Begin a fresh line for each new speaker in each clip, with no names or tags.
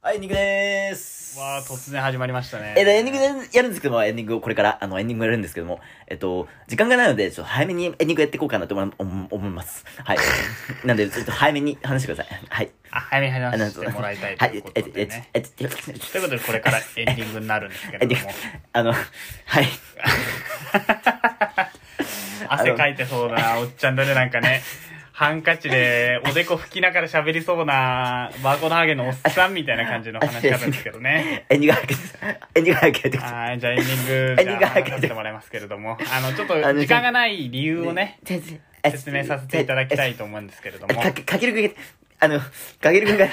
はい、エンディングでーす。
わあ、突然始まりましたね。
えっと、エンディングでやるんですけども、エンディングをこれから、あの、エンディングやるんですけども、えっと、時間がないので、ちょっと早めにエンディングやっていこうかなと思思思います。はい。なんで、ちょっと早めに話してください。はい。
あ、早めに
ありが
話
とう
して
ござ
もら
ま
い
す
たいと
はいい、
うことでね。
え、え、え、え、
ということで、これからエンディングになるんですけれども、
あの、はい。
汗かいてそうなおっちゃんだね、なんかね。ハンカチでおでこ拭きながら喋りそうなバーコードハーゲンのおっさんみたいな感じの話し方ですけどね。
エンディング早く、エンディング早くやってください。
はい、じゃあエンディング、じゃあ話させてもらいますけれども、あの、ちょっと時間がない理由をね、
先生え
説明させていただきたいと思うんですけれど
あ
も。
かけ、かけるくんが、あの、かけるく んが、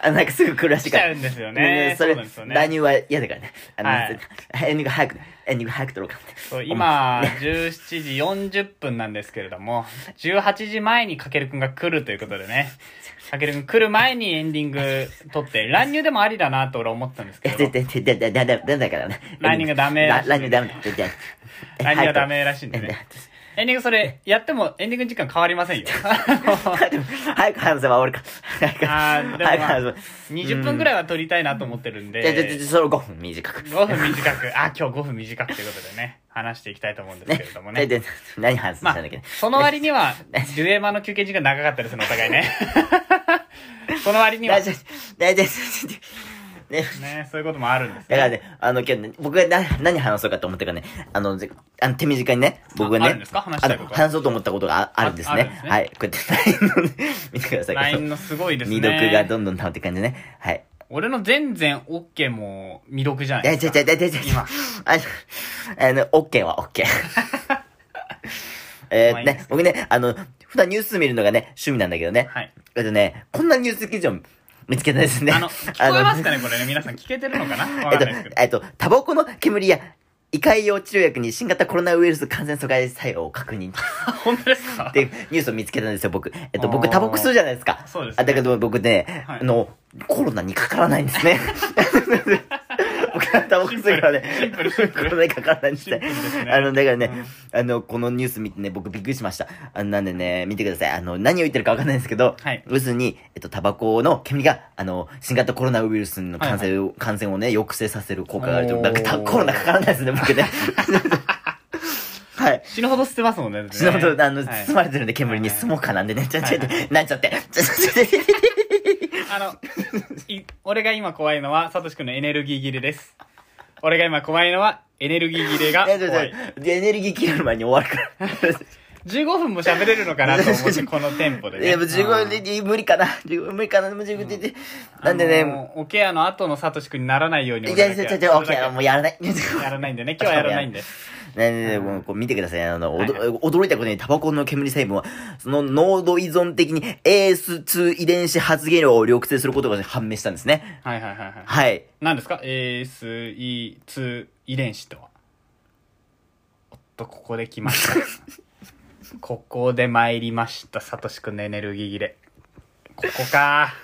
あの、なんかすぐ来るらしい
来ち
か
ゃ
ら
う。んですよ
ね
ね。
それ、
うなんですよね
乱入は嫌だからね。あの、
はい
エンディング早く、エンディング早く撮ろうかって。
そう今、17時40分なんですけれども、18時前にかけるくんが来るということでね、かけるくん来る前にエンディング撮って、乱入でもありだなと俺は思ったんです
え、で、
けど、
で、で、で、で、で、で、だからね。
ランニングダメ
ラランニングダメ。で、で、
乱入はダメらしいん
で、
で
で
ね。エンディングそれ、やってもエンディング時間変わりま せんよ。
早く 話せば終わるか。早く、
あーでもまあ
早く話せば。
20分く
い。
らいは撮りたいなと思ってるん
で、で、で、
で、
その5分短く。
5分短く、あ、今日5分短くということでね、話していきたいと思うんですけれども
で、
ね。
で、何話した
ま
ん
あ
だっけ、
その割には、デュエマの休憩時間長かったですね、お互 いね。その割には
大。丈夫。大丈夫。ね。
ね、そういうこともあるんです
だ
ね。
からね、あの、今日ね、僕がな何話そうかと思ったかね、あの、ぜあの手短にね、僕が
ああるん
ね
ですか話し
あ
た
の
いこと
話そうと思ったことがああるんです
ああるん
ね
で。すね
はい。こうやって、LINE のね、見てください。
LINE のすごいですね。
未読がどんどん溜まっていく感じね。はい。
俺の全然 OK も未読じゃない
いや、
で
ちょ
すか。
ちょちょちょちょ。
今。
あの、あの、OK は OK。え
ま
ー、
あいいで
ね
す、
僕ね、あの、普段ニュース見るのがね、趣味なんだけどね。
はい。
えっとね、こんなニュース記事を見つけたんですね。
あの、聞こえますか
ね
ねこれね。皆さん聞けてるのかなわ
えっ
かん
と
ないですけど、。
えっと、タバコの煙や、胃潰瘍治療薬に新型コロナウイルス感染阻害作用を確認。
あ本当ですか
っていうニュースを見つけたんですよ、僕。えっと、
あー
僕、タバコ吸うじゃないですか。
そうですね
あ、だけど僕ね、
はい
あの、コロナにかからないんです ね。僕はタバコ吸うからね
シンプルシン、
コ
プル
ロナにかからないんですね
シンプルです。ね
あの、だからね、あの、このニュース見てね、僕びっくりしました。あの、なんでね、見てください。あの、何を言ってるかわかんないんですけど、
はい
要するに、えっと、タバコの煙が、あの、新型コロナウイルスの感染を、感染をね、抑制させる効果があると。
おー
だから、コロナかからないですね、 僕ね。はい。
死ぬほど捨てますもんね。
死ぬほど、あの、
はい
包まれてるんで、煙に
はい
住もうかなんでね、ちょ、
は
ちょ、
い
ちょ、なんちゃって、ちょ、ちょ、ちょ、ちょ
あの、い俺が今怖いのは、サトシ君のエネルギー切れです。俺が今怖いのは、エネルギー切れが
いやちょ、
怖い。
ちょ、エネルギー切る前に終わる から。
15分も喋れるのかなと 思って、このテンポでね。
いや、もう十
う
分
ん
で、無理かな、十分無理かな、もう十分で、でなんで
あ
ね、
のおケアの後のサトシ君にならないように
い
俺
や、
だ
ち
け
ょ、
は
ちょ、ちょ、オッ
そ
ケ
れだけ
ー、
は
もうやらない。や
やらない んでね今日はやらないんで
ねねねもうこう見てください。あの、おど
はい
驚いたことにタバコの煙成分は、その濃度依存的に AS2 遺伝子発現量を抑制することが判明したんですね。
はいはいはいはい
はい。
何ですか ASE2 遺伝子とはおっとここで来 ましたここで参りましたサトシ君のエネルギー切れここか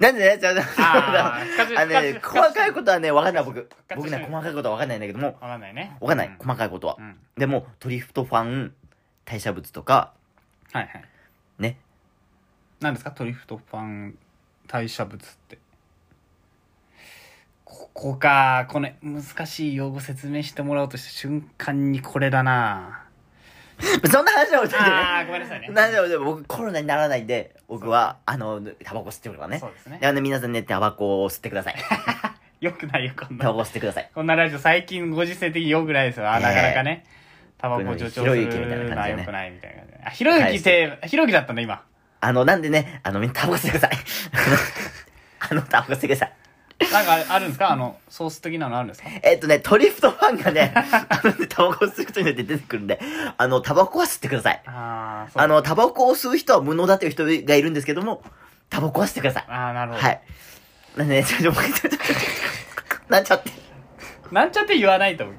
なんでね、ちょっと、
あー
あのね、
復活
細かいことはね、わかんない僕。
活
僕ね
し、て
細かいことはわかんないんだけども、
わかんないね
わかんな
う
い、細かいことは
う。ん
でも、トリプトファン、代謝物とか、
はいはい
ね。
何ですかトリフトパン代謝物ってここかこの難しい用語説明してもらおうとした瞬間にこれ だな
そんな話は置いといて
あーごめんなさいね
ね。なんでもでも僕コロナにならないんで、僕は、あの、タバコ吸ってるからね。
そうですね
だからね、皆さんね、タバコを吸ってください。
よくないよこん
タバ
な
コ吸ってください。
こんなラジオ最近ご時世的によくないですよあ、
ねえ
なかなかねタバコを助長する
ひ
の
ろゆきみたいな感じでね
はよくないみたいな感じであひろゆきって、ひろゆきだったんだ今
あの、なんでね、あの、みんなタバコ吸ってください。あの、あのタバコ吸ってください。
なんかあるんですかあのソース的なのあるんですか
えっとね、トリプトファンがね、あのね、タバコを吸う人によって出てくるんで、あの、タバコは吸ってください。
ああ
あの、タバコを吸う人は無能だという人がいるんですけども、タバコは吸ってください。
ああなるほど、
はい。なんでね、ちょっと、僕ちょっと、なんちゃって。
なんちゃって言わないと思う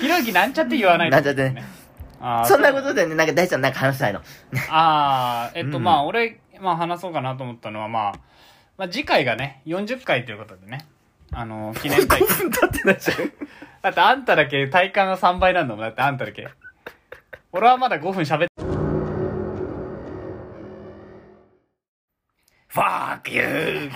ひろゆきなんちゃって言わないと思う
なんちゃってね
あー
そんなことでね、なんか大ちゃんなんか話したいの。
ああ、えっと、
うん
まあ、俺、まあ、話そうかなと思ったのは、まあ、まあ、次回がね、40回ということでね。あの、記念大
5
会。
分経ってないじゃん。
だって、あんただけ体感が3倍なんだもん。だって、あんただけ。俺はまだ5分喋って、
Fuck you!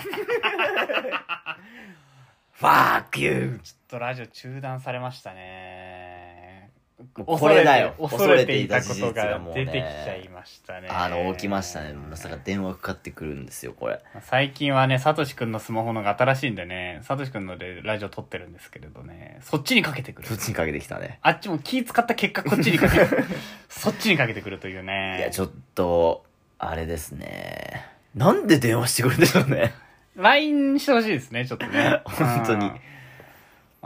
ファークユーちょっとラジオ中断されましたね。
もうこれだよ
恐れていたこ
恐れていた事実
と
が
が
もうね
出てきちゃいましたね。
あの、起きましたね。まさか電話かかってくるんですよ、これ。
最近はね、サトシくんのスマホのが新しいんでね、サトシくんのでラジオ撮ってるんですけれどね、そっちにかけてくる
そっ。ちにかけてきたね。
あっちも気使った結果こっちに かけてくる。そっちにかけてくるというね。
いや、ちょっと、あれですね。なんで電話してくるんでしょうね。。
LINE してほしいですね、ちょっとね
本当に
うん。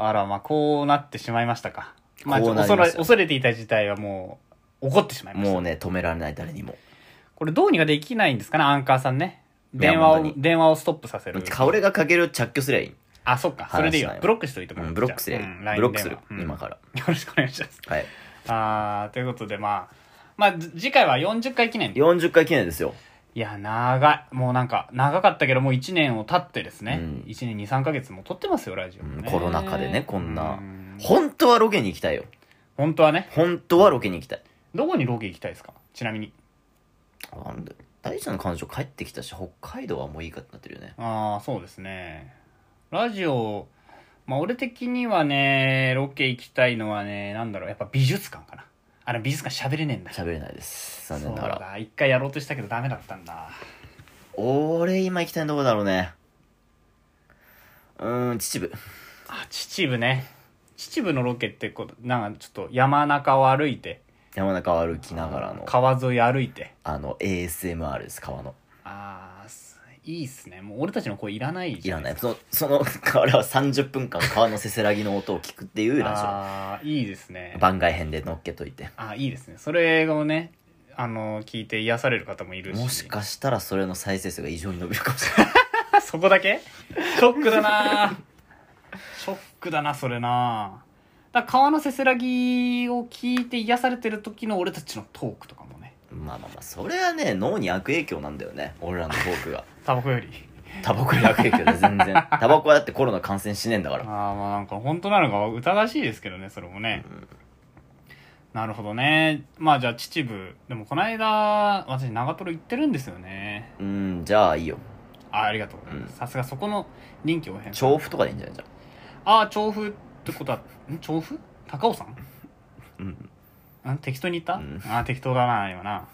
あら、まあ、こうなってしまいましたか。まあ、
こうなりました
恐れ恐れていた事態はもう、起こってしまいました。
もうね、止められない、誰にも。
これどうにかできないんですかね、アンカーさんね。
いや
電話
本当
を、
に
電話をストップさせる。
俺がかける着去すりゃいい。
あ、そっか、それでいいよ
話しない。わ
ブロックしといても
うん、ブロックすりゃいい。ブロックする、今から。
ら。よろしくお願いします。
はい。
あー、ということで、まあ、まあ、じ次回は40回記念。い
40回記念ですよ。
や、長い。もうなんか、長かったけど、もう1年を経ってですね。
うん
1年2、3ヶ月も撮ってますよ、ラジオ、
うんコロナ禍でねこんな
う
本当はロケに行きたいよ。
本当はね、
本当はロケに行きたい。
どこにロケ行きたいですかちなみに。
なんで大地の彼女帰ってきたし、北海道はもういいかってなってるよね。
ああ、そうですね。ラジオ、まあ俺的にはね、ロケ行きたいのはね、なんだろう、やっぱ美術館かな。あれ美術館喋れねえんだ。
喋れないです。残
そ
念
う
ながら。
だ、一回やろうとしたけどダメだったんだ。
俺今行きたいとこだろうね。うーん、秩父。
あ、秩父ね。秩父のロケってこう、なんかちょっと山中を歩いて、
山中を歩きながらの、
川沿い歩いて。
あの、ASMR です、川の。
ああ、すいいっすね。もう俺たちの声いらない
い
じゃ
ら
な
ないい。
です
その、その、彼は30分間川のせせらぎの音を聞くっていう
か。
ラ
ああー、いいですね
ジオ。。番外編で乗っけといて。
あいいですねそれをねあの聞いて癒される方もいるし
もしかしたらそれの再生数が異常に伸びるかもしれない。
そこだけショックだなショックだなそれなだから川のせせらぎを聞いて癒されてる時の俺たちのトークとかもね
まあまあまあ、それはね、脳に悪影響なんだよね。俺らのトークが。
タバコより
タバコより悪影響だよ、全然。タバコはだってコロナ感染しねえんだか
あー
ら。
まあなんか本当なのか疑わしいですけどねそれもね、なるほどねまあじゃあ秩父でもこの間私長瀞行ってるんですよね
うん、じゃあいいよ。
あありがとうございますさすがそこの臨機応変さ
調布とかでいいんじゃないじゃん。
ああ、調布ってことは、ん調布高尾山
うん。
ん適当に言った、
うん
ああ、適当だな、今な。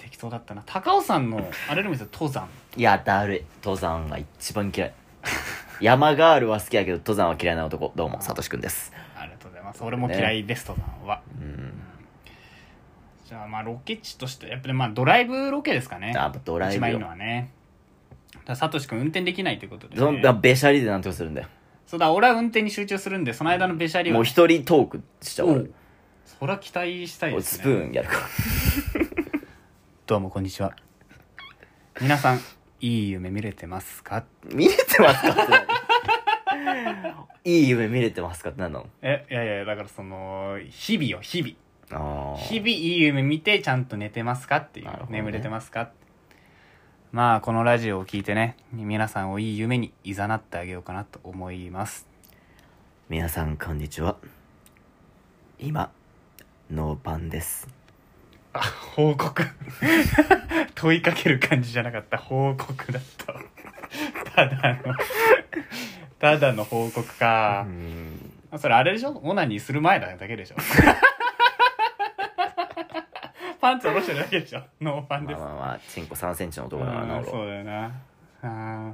適当だったな。高尾山の、あれでもいいですよ、登山。
いや、だるい。登山が一番嫌い。 山ガールは好きやけど、登山は嫌いな男。どうも、さとしくんです。
ありがとうございます。俺も嫌いです、登山は。
うん。
じゃあ、まあ、ロケ地として、やっぱりまあ、ドライブロケですかね。
あ、ドライ
一
ブ
番いい
よ。
のはね。だからサトシ君運転できないということで、
どんな
ね。
べしゃりでなんとかするんだよ。
そうだ、俺は運転に集中するんで、その間のべしゃりは。
もう一人トークしちゃお
お
う
う。それは期待したい
俺。俺
です
ス
ね。
プーンやるから。
どうも、こんにちは。皆さん、いい夢見れてますか
見れてますかって何 いい夢見れてますかって何なの
えいやいやだからその日々よ日々
ああ。
日々いい夢見てちゃんと寝てますかっていう、
なるほどね
眠れてますかってまあこのラジオを聞いてね皆さんをいい夢にいざなってあげようかなと思います
皆さんこんにちは今ノーパンです
報告 問いかける感じじゃなかった報告だった ただのただの報告か、それあれでしょオナニーする前だけ でしょパンツ下ろしてるだけでしょノーパン
ま
で
あ
す
まあまあチンコ3センチの男だからな
うんそう
俺
だよなあー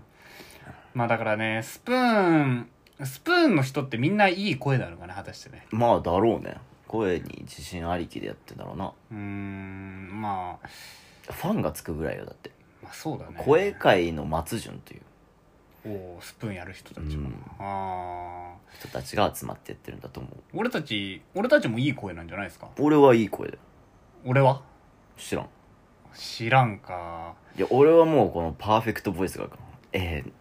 まあだからねスプーンスプーンの人ってみんないい声なのかな果たしてね
まあだろうね声に自信ありきでやってんだろうな
うーんまあ
ファンがつくぐらいよだって
まあそうだね
声界の松潤という
おースプーンやる人たち
う
も
ん
ああ
人たちが集まってやってるんだと思う
俺たち俺たちもいい声なんじゃないですか
俺はいい声だよ
俺は
知らん
知らんか
いや俺はもうこのパーフェクトボイスがあるからえー、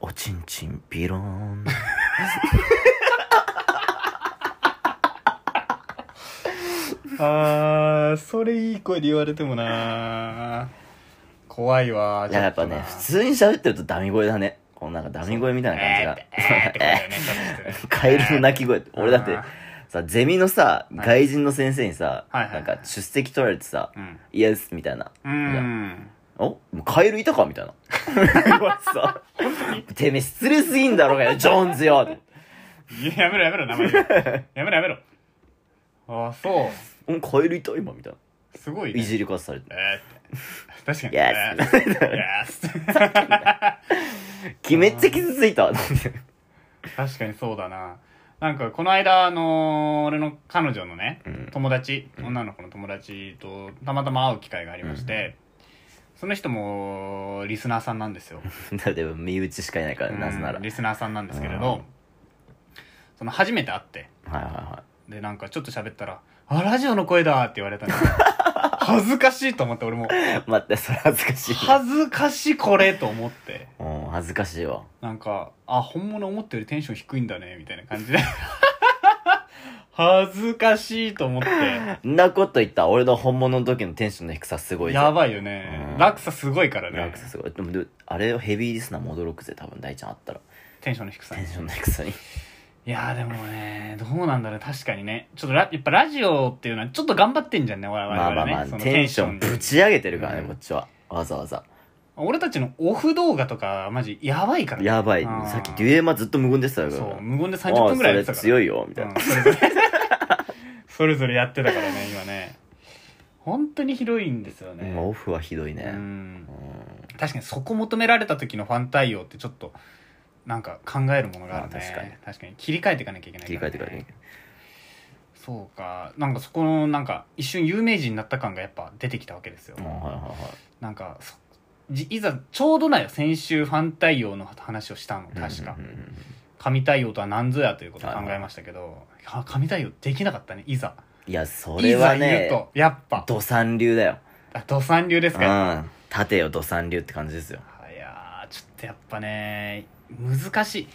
おちんちんピロー ン
あーそれいい声で言われてもな怖いわ
いややっぱね普通に喋ってるとダミ声だねこのなんかダミ声みたいな感じが カエルの鳴き声って俺だって
あー
さゼミのさ
はい
外人の先生にさ、
はいはいはい
なんか出席取られてさ
うん
「イエス」みたいな
うん
「おもうカエルいたか?」みたいな そう。てめえ失礼すぎんだろうがよ、ジョーンズよ。
いややめろやめ ろ名前言うやめろやめろああそ
うん、帰りたい今みたいう
すごい、
な。
ね、
いじり方されて。
えーって確かに
Yes
えー Yes
きめっちゃ傷ついた。
確かにそうだななんかこの間あのー俺の彼女のね、
うん
友達
うん
女の子の友達とたまたま会う機会がありまして、その人もリスナーさんなんですよ
だって身内しかいないから、 なぜなら。
うん
はい
リスナーさんなんですけれ
うん
どその初めて会って
はいは
でなんかちょっと喋ったら「あラジオの声だ」って言われたの 恥ずかしいと思って俺も
い。待って、それ恥ずかしい。
恥ずかしいこれと思って
うん、恥ずかしいわ。
なんかあ本物思ったよりテンション低いんだねみたいな感じで 恥ずかしいと思って
んなこと言ったら俺の本物の時のテンションの低さすごい
や
い。
ばいよね
うん
落差すごいから
ラ
ね
クサすごい。でも、であれをヘビーリスナーも驚くぜ、多分大ちゃんあったら。
テンションの低さ
テンションの低さに。
いやーでもねどうなんだろう確かにねちょっとラやっぱラジオっていうのはちょっと頑張ってんじゃんね我々
まあま
は
あ
ね、
まあ、
その
テンションぶち上げてるからね、こっちは。わざわざ。
俺たちのオフ動画とかマジやばいからね
やばい。
うん
さっきデュエマずっと無言でしたから。
そう無言で30分ぐらいやってた
お
か
そ
ら
れ強いよ、みたいな。
うんそれぞれそれぞれやってたからね今ね本当に広いんですよ
うん
ね
オフはひどいうね。
ん
うん
確かにそこ求められた時のファン対応ってちょっとなんか考えるものがあるね
あ確かに
確かに切り替えていかなきゃいけない
切り替えてから
ね
ね。
そうかなんかそこのなんか一瞬有名人になった感がやっぱ出てきたわけですよ、
うんはいはいはい。
なんかそじいざちょうどなよ先週ファン対応の話をしたの確か、
うんうんうん
神対応とは何ぞやということを考えましたけど、あ神対応できなかったねいざ
いや、それはい
ざいる
ね、
とやっぱ
土産流だよ。
あ土産流です
う
かやっ
ん。縦よ、土産流って感じですよ。
ぱいやーちょっとやっぱね難しいい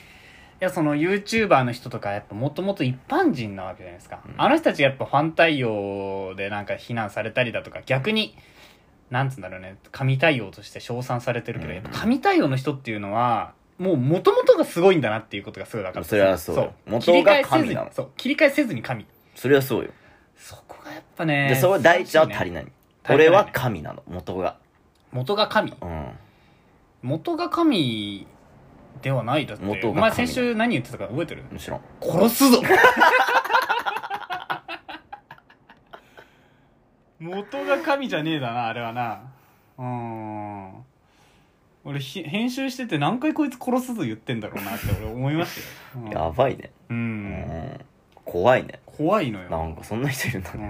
やその YouTuber の人とかやっぱもともと一般人なわけじゃないですか、
うん
あの人たちがやっぱファン対応でなんか非難されたりだとか逆になんつうんだろうね神対応として称賛されてるけど、
うん
やっぱ神対応の人っていうのはもう元々がすごいんだなっていうことがすごい分かった
それはそう元
切り替
が
えせず
神
に
なの
そう切り替えせずに神
それはそうよ。
そこがやっぱね
で、それ大地は足りない。
足りない
俺は神なの、元が。
元が神
うん。
元が神ではないだって
元が神
お前先週何言ってたか覚えてる
むしろ。
殺すぞ 元が神じゃねえだなあれはなうーん俺ひ編集してて何回こいつ殺すぞ言ってんだろうなって俺思いましたよ
やば いね。
うん、
う
うん
ん。怖いね。
怖いの
な
よ、
んかそんな人いるんだ
う
ね。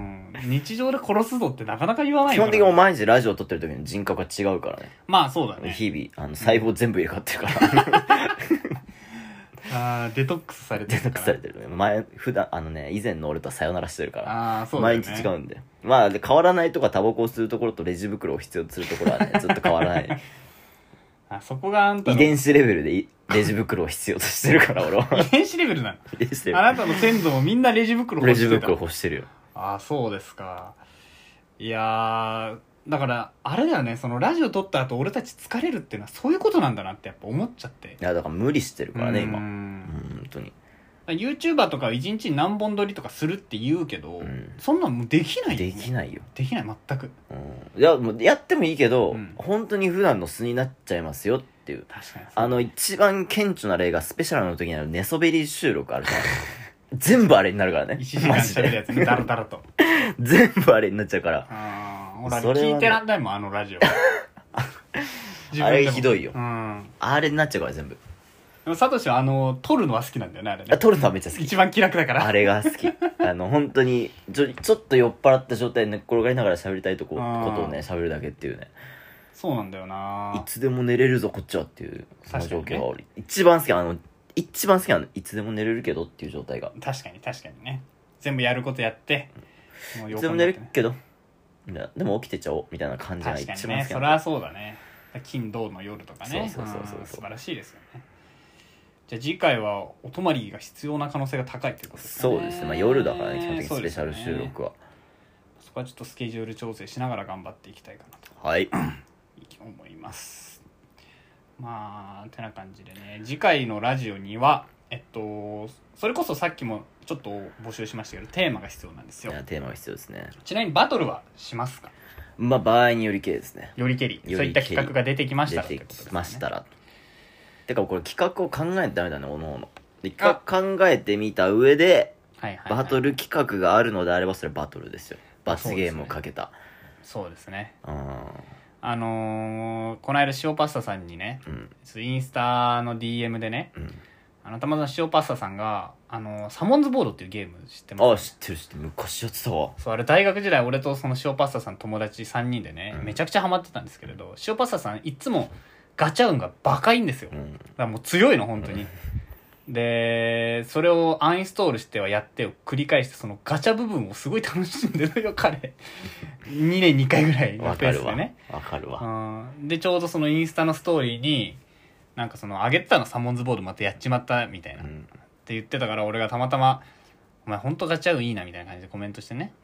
ん、日常で殺すぞってなかなか言わない
基
よ
本的にもう毎日ラジオ撮ってる時の人格が違うからね。
まあそうだね
日々、あの、細胞全部入れ替わってるから。
あーデトックスされて
全
る
然
から
腐れてるね。 前、普段、あのね、以前の俺とはさよならしてるから。
ああそうだよ
毎
ね
日違うんで。まあ、で変わらないとか、タバコを吸うところとレジ袋を必要とするところは ね、ずっと変わらない。
あそこがあんた
遺
の
伝子レベルでいレジ袋を必要としてるから、 俺は。
遺伝子レベルなの
遺伝子レ
あ
ベ
なたの先祖もみんなレジ袋
ル。
欲
レジ
してた
袋欲してるよ。
ああそうですかいやーだからあれだよねそのラジオ撮った後俺たち疲れるっていうのはそういうことなんだなってやっぱ思っちゃって
いや、だから無理してるからね、
う
今。うん、
ん
本当に。
YouTuber とかは1日に何本撮りとかするって言うけど、
うん
そんなんもうできないよ
で
ね
きないよ。
できない全く
うん。いや、もうやってもいいけど、
うん
本当に普段の素になっちゃいますよっていう。
確かに
あの、一番顕著な例が、スペシャルの時にある寝そべり収録あるじ ゃん。全部あれになるからね。
1時間
マジ
喋るや
で。
つねダラダラと
全部あれになっちゃうから。
ああ俺あれ
それはね
聞いてらんないもんあのラ ジオ自分でも
あれひどいよ
うん
あれになっちゃうから、全部。
でもサトシはあの撮るのは好きなんだよねあれね
あ撮るのはめっちゃ好き。
一番気楽だから
あれが好き。あの、本当にちょ、ちょっと酔っ払った状態で寝っ転がりながら喋りたいとこ、
あ
こ
ー
とをね、喋るだけっていうね。
そうなんだよ
い
な
つでも寝れるぞ、こっちはっていう、その
確か
状
にね
況が俺、一番好き、あの、一番好きなの、いつでも寝れるけどっていう状態が。
確かに確かにね全部やることやってもう
いつ
横
でも
に
寝
な
れ
って
る
ね
けど、みたいなでも起きてちゃおう、みたいな感じが
確
一
か
番好
に
き
ねそ
な
れ
の
はそうだね金土の夜とかね
そうそうそうそうそうん
素晴らしいですよねじゃあ次回はお泊まりが必要な可能性が高いということですかね
そうですね。まあ夜だからね、基本的に
そう
ス
で
ペ
す
シャ
よね
ル収録は。
そこはちょっとスケジュール調整しながら頑張っていきたいかなと
はい。
思いますまあてな感じでね次回のラジオにはえっとそれこそさっきもちょっと募集しましたけどテーマが必要なんです
い
よ
やテーマが必要ですね。
ちなみにバトルはしますか
まあ、場合により系ですね。
よりけり
よりけり
そういった企画が出てきまし
出
たらって
て
ことですね
きましたら。てか、これ企画を考えないとダメだね、おのおの。で、一回考えてみた上で、
はいはいは
バ
い
トル企画があるのであれば、それバトルですよ。罰ゲームを
そう
かけた。
そうですね
う
あのー、この間塩パスタさんにね
ん。うん。
インスタの DM でね
うん。
あのたまたま塩パスタさんが、あのーサモンズボードっていうゲーム知ってま
あ知っ
す
てる知ってる。昔やってたわ。
そうあれ大学時代俺とその塩パスタさん友達3人でね、
うん
めちゃくちゃハマってたんですけれど塩パスタさんいつもガチャ運がバカいいんですよ、
う
だか
ん。
らもう強いの本当に、でそれをアンインストールしてはやってを繰り返してそのガチャ部分をすごい楽しんでるよ彼2年2回ぐらいの
わ
ペ
か
ース
るわ
でね。
わかるわ。
うんでちょうどそのインスタのストーリーになんかその上げてたのサモンズボードまたやっちまったみたいうな、
ん。
って言ってたから俺がたまたま「お前ほんとガチャ運いいな」みたいな感じでコメントしてね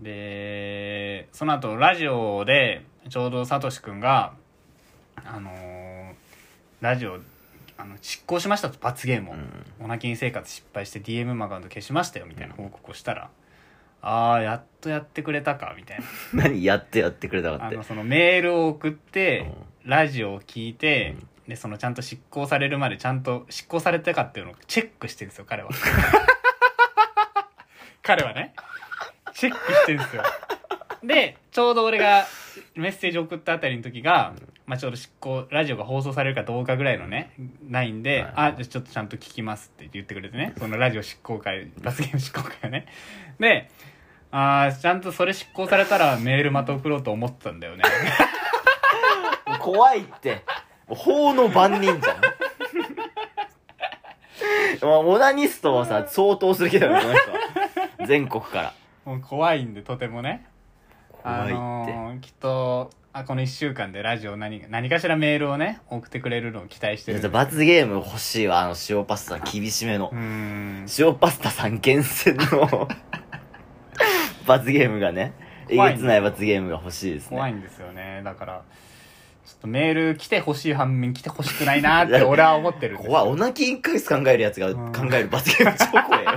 でその後ラジオでちょうどさとしくんがあのーラジオあの執行しましたと罰ゲームを、
うん
おなきに生活失敗して DM マガウント消しましたよみたいな報告をしたら、ああやっとやってくれたかみたいな
何やってやってくれたかっ
あ
て
の。そのメールを送って、ラジオを聞いて、
うん
でそのちゃんと執行されるまでちゃんと執行されたかっていうのをチェックしてるんです よ彼は彼はねチェックしてるんですよでちょうど俺がメッセージ送ったあたりの時が、まあ、ちょうど執行ラジオが放送されるかどうかぐらいのねないん
は
で、
いはい
あじゃあちょっとちゃんと聞きますって言ってくれてねそのラジオ執行会罰ゲーム執行会をねであーちゃんとそれ執行されたらメールまた送ろうと思ってたんだ よね
もう怖いって。もう法の番人 じゃん。まあ、オナニストはさ、相当するけどね、この人は。全国から。
もう怖いんでとてもね
怖いって。
あのーきっとあこの1週間でラジオ何か何かしらメールをね送ってくれるのを期待して
い
る
や罰ゲーム欲しいわ、あの塩パスタ、厳しめの
うー。ん
塩パスタさん厳選の罰ゲームがね、え
怖いね
げつない罰ゲームが欲しいですね。
怖いんですよねだからちょっとメール来てほしい反面来てほしくないなーって俺は思ってるんです
怖い。おなき1ヶ月考えるやつが
うん
考える罰ゲーム超怖いよ。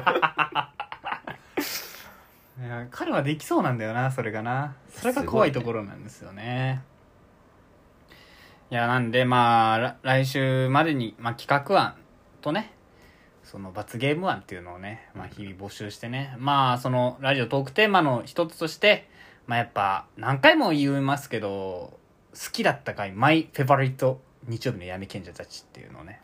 いや彼はできそうなんだよなそれがなそれが怖いところなんですよねいやなんでまあら来週までに、まあ、企画案とねその罰ゲーム案っていうのをね、まあ、日々募集してねまあそのラジオトークテーマの一つとしてまあやっぱ何回も言いますけど好きだった回マイフェバリット日曜日の闇賢者たちっていうのをね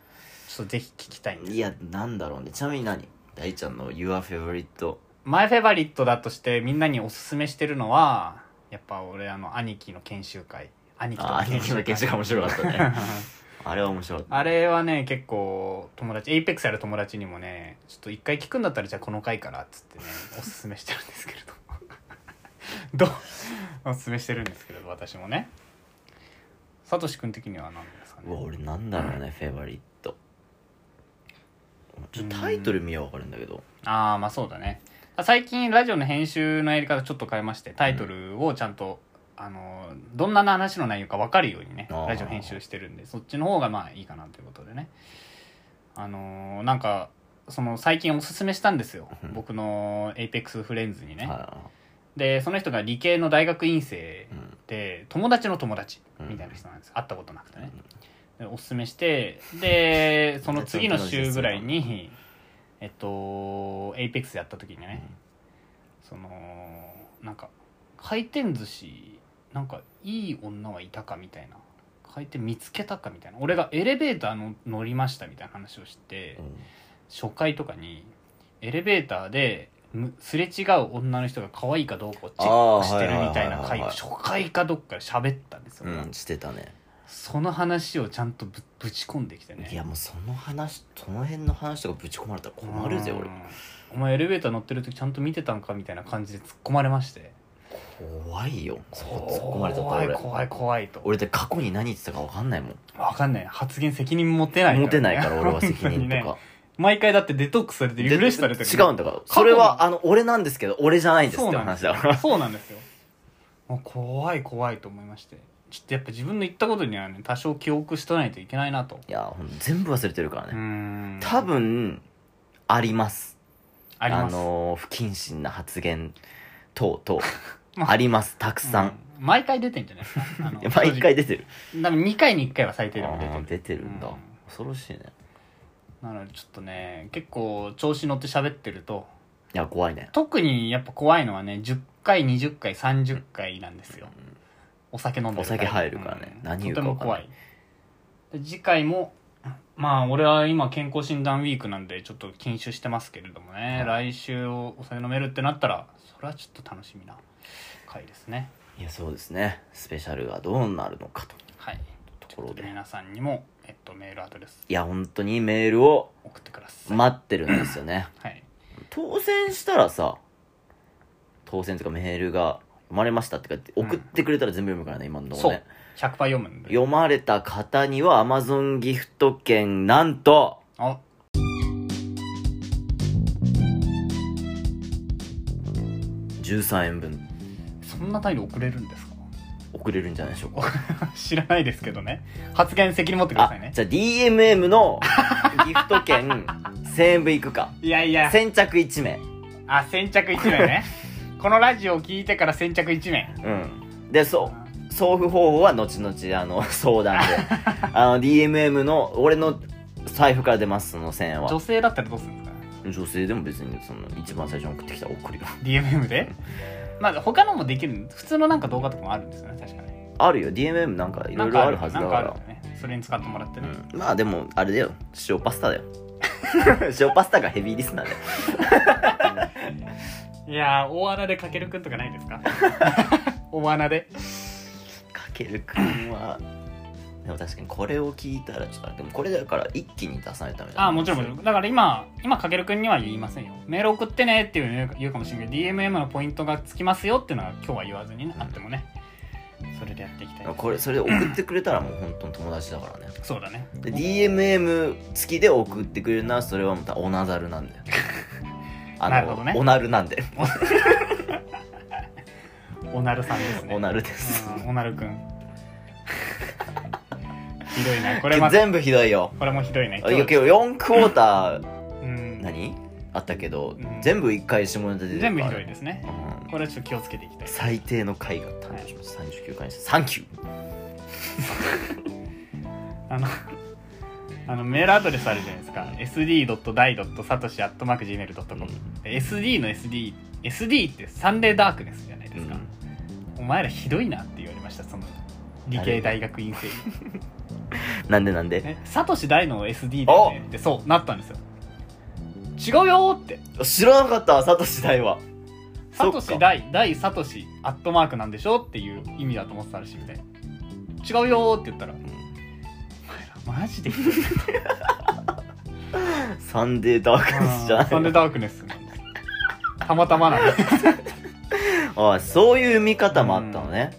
ちょっとぜひ聞きたいんです
いや、なんだろうね。ちなみに何大ちゃんの Your Favorite
マイフェバリットだとしてみんなにおすすめしてるのはやっぱ俺あの兄貴の研修会兄貴と
あ、
の
兄
研
貴の
修
研修
会
が面白かったね。あれは面白かった。
あれはね結構友達エイペックスやる友達にもねちょっと一回聞くんだったらじゃあこの回からっつってねおすすめしてるんですけれど どうおすすめしてるんですけれど私もねさとし君的には何ですか
うわ、
ね
俺なんだろうね、フェバリット。ちょっとタイトル見ようわかるんだけど。
ああまあそうだねあ最近ラジオの編集のやり方ちょっと変えましてタイトルをちゃんと、あのどんな話の内容か分かるようにね
あー
ラジオ編集してるんでそっちの方がまあいいかなということでねあのーなんかその最近おすすめしたんですよ
うん
僕の APEX フレンズにね
あ
でその人が理系の大学院生
ーうん
で友達の友達みたいな人なんです、会ったことなくてね、でおすすめしてでその次の週ぐらいにえっと APEX やった時にね、そのなんか回転寿司なんかいい女はいたかみたいな回転見つけたかみたいな俺がエレベーターの乗りましたみたいな話をして、
うん
初回とかにエレベーターでむすれ違う女の人が可愛いかどうかをチェックしてるみたいな
あーはいはいはい
回を
はい
初回かどっかで喋ったんですよ、
うん、してたね
その話をちゃんとぶぶち込んできてね
いやもうその話その辺の話とかぶち込まれたら困るぜ
うん
俺
お前エレベーター乗ってる時ちゃんと見てたんかみたいな感じで突っ込まれまして
怖いよそこ突っ込まれちゃったら
怖い
俺
怖い怖いと
俺って過去に何言ってたか分かんないもん
わかんない発言責任持てない
持てないから俺は責
本当
任
に
と
ね
か
毎回だってデトックスされてリフレッシュされ
で
て
違うん
で
だから
過去
そ
の
れはあの俺なんですけど俺じゃないんです
そ
っ
う
て
なんで
話
す
だ
よ
から
そうなんですよもう怖い怖いと思いましてちょっとやっぱ自分の言ったことにはね多少記憶しとないといけないなと
いやほんと全部忘れてるから
うー
ね
ん
多分あります
あります
のー不謹慎な発言等々
まあ
あります。たくさん。
うん毎回出てんじゃないですか あの
毎回出てる。
多分2回に1回は最低でも出て
あー
る
出てるんだ
うん。
恐ろしいね。
なのでちょっとね結構調子乗って喋ってると
いや、怖いね。
特にやっぱ怖いのはね10回20回30回なんですよ、お酒飲んで
お酒入るからね何言うか
とても
分かんな
怖
い
いで次回もまあ俺は今健康診断ウィークなんでちょっと禁酒してますけれどもね、
は
来週お酒飲めるってなったらそれはちょっと楽しみな回ですね
いや、そうですね。スペシャルがどうなるのかと。
はい
ところで
皆さんにも、えっと、メールアドレス
いや、本当にメールを
送ってください、
待ってるんですよ ね。
はい
当選したらさ、当選というかメールが読まれましたってか、送ってくれたら全部読むからね、今のとこ
そ
ろ
う
ね。
100杯読むんで
読まれた方には Amazon ギフト券、なんと、
あ
13円分
そんな態度送れるんですか
送れるんじゃないでしょうか。
知らないですけどね発言責任持ってくだ
あ
さいね、
じゃあ DMM のギフト券 1000円分いくか。
いやいや
先着1名。
あ先着1名 ねこのラジオを聞いてから先着1名
うん。で、そう。送付方法は後々あの 相談 であの DMM の俺の財布から出ますその1000円
女
は
性だったらどうするんですか
女性でも別にその一番最初に送ってきたら送るよ
DMM でまあ他のもできる普通のなんか動画とかもあるんですよね確かね
あるよ DMM なんかいろいろあるはずだ
なん
か
からあるんだよねそれに使ってもらってね、
うん、まあでもあれだよ塩パス タだよ 塩パスタがヘビーリスナーだよ
いやー大穴でかけるくんとかないですか 大穴で
かけるくん はでも確かにこれを聞いたらちょっとあれでもこれだから一気に出さないため
ああもちろんもちろんだから今今かけるくんには言いませんよメール送ってねっていうの言う言うかもしれないけど DMM のポイントがつきますよっていうのは今日は言わずにねあってもねそれでやっていきたいです
これそれで送ってくれたらもう本当に友達だからね
そうだね
で DMM 付きで送ってくれるならそれはまたオナザルなんだよ あ
なるほどね
オナルなんで
おなるさんですね
オナルです
うんおなるくん ひどい ねこれまた
全部ひどいよ
これもひどいね
いやけど4クォーター
うん
何あったけど、
うん
全部1回下ネタ出てるから
全部ひどいですね
うん
これはちょっと気をつけていきたい
最低の回が誕生しました39回にしてサンキュー
あの あのメールアドレスあるじゃないですか sd.dai.satoshi.gmail.com、SD の SDSD ってサンデーダークネスじゃないですか、お前らひどいなって言われましたその理系大学院生に
なんでなんで、
ねサトシ大の SD だよねってそうなったんですよ違うよーって
知らなかったサトシ大は
サ
そっ
ト
か
シ大大サトシアットマークなんでしょっていう意味だと思ってたらしいみたいな違うよーって言ったら
うん
お前らマジでひどい
サンデーダークネスじゃ
サン
ない
デーダークネスなんですたまたまなんです
あそういう見方もあったのね、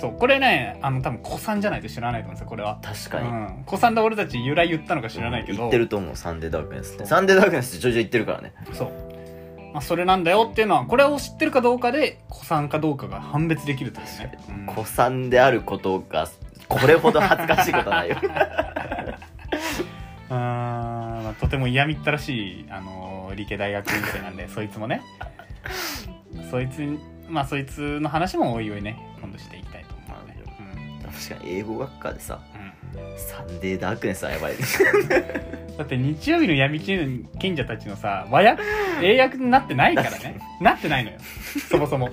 そうこれねあの多分子さんじゃないと知らないと思うんですよこれは、
確
う
かに、
ん、子さんで俺たち由来言ったのか知らないけど、
言ってると思うサンデーダークネスっ
そ
て
う
サンデーダークネスってちょいちょい言ってるからね
そう、まあ、それなんだよっていうのはこれを知ってるかどうかで子さんかどうかが判別できるとですね、うん
子さんであることがこれほど恥ずかしいことはないよ
あーまあ、とても嫌みったらしい、あのー理系大学院生なんで そいつもねそいつにまあそいつの話もおいおいね今度していきたいと思うので、
確かに英語学科でさ
うんうん
サンデーダークネスはや ばいね
だって日曜日の闇金賢者たちのさ和訳英訳になってないから ねなってないのよそもそも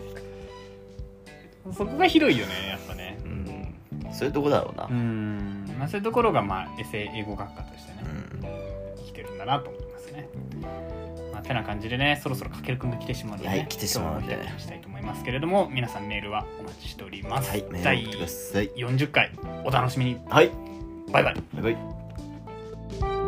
そこが広いよねやっぱね
うんそういうとこだろうな、
うん、まあ、そういうところがまあエセ英語学科としてね
うん
生きてるんだなと思いますねまあてな感じでねそろそろかけるくんが来てしまうので、ね、
はい来てしまうので
今日はお開きにしたいと思いますけれども皆さんメールはお待ちしております、
はいメール
第
を送ってください
40回お楽しみに
はい
バイバイ
バイバイ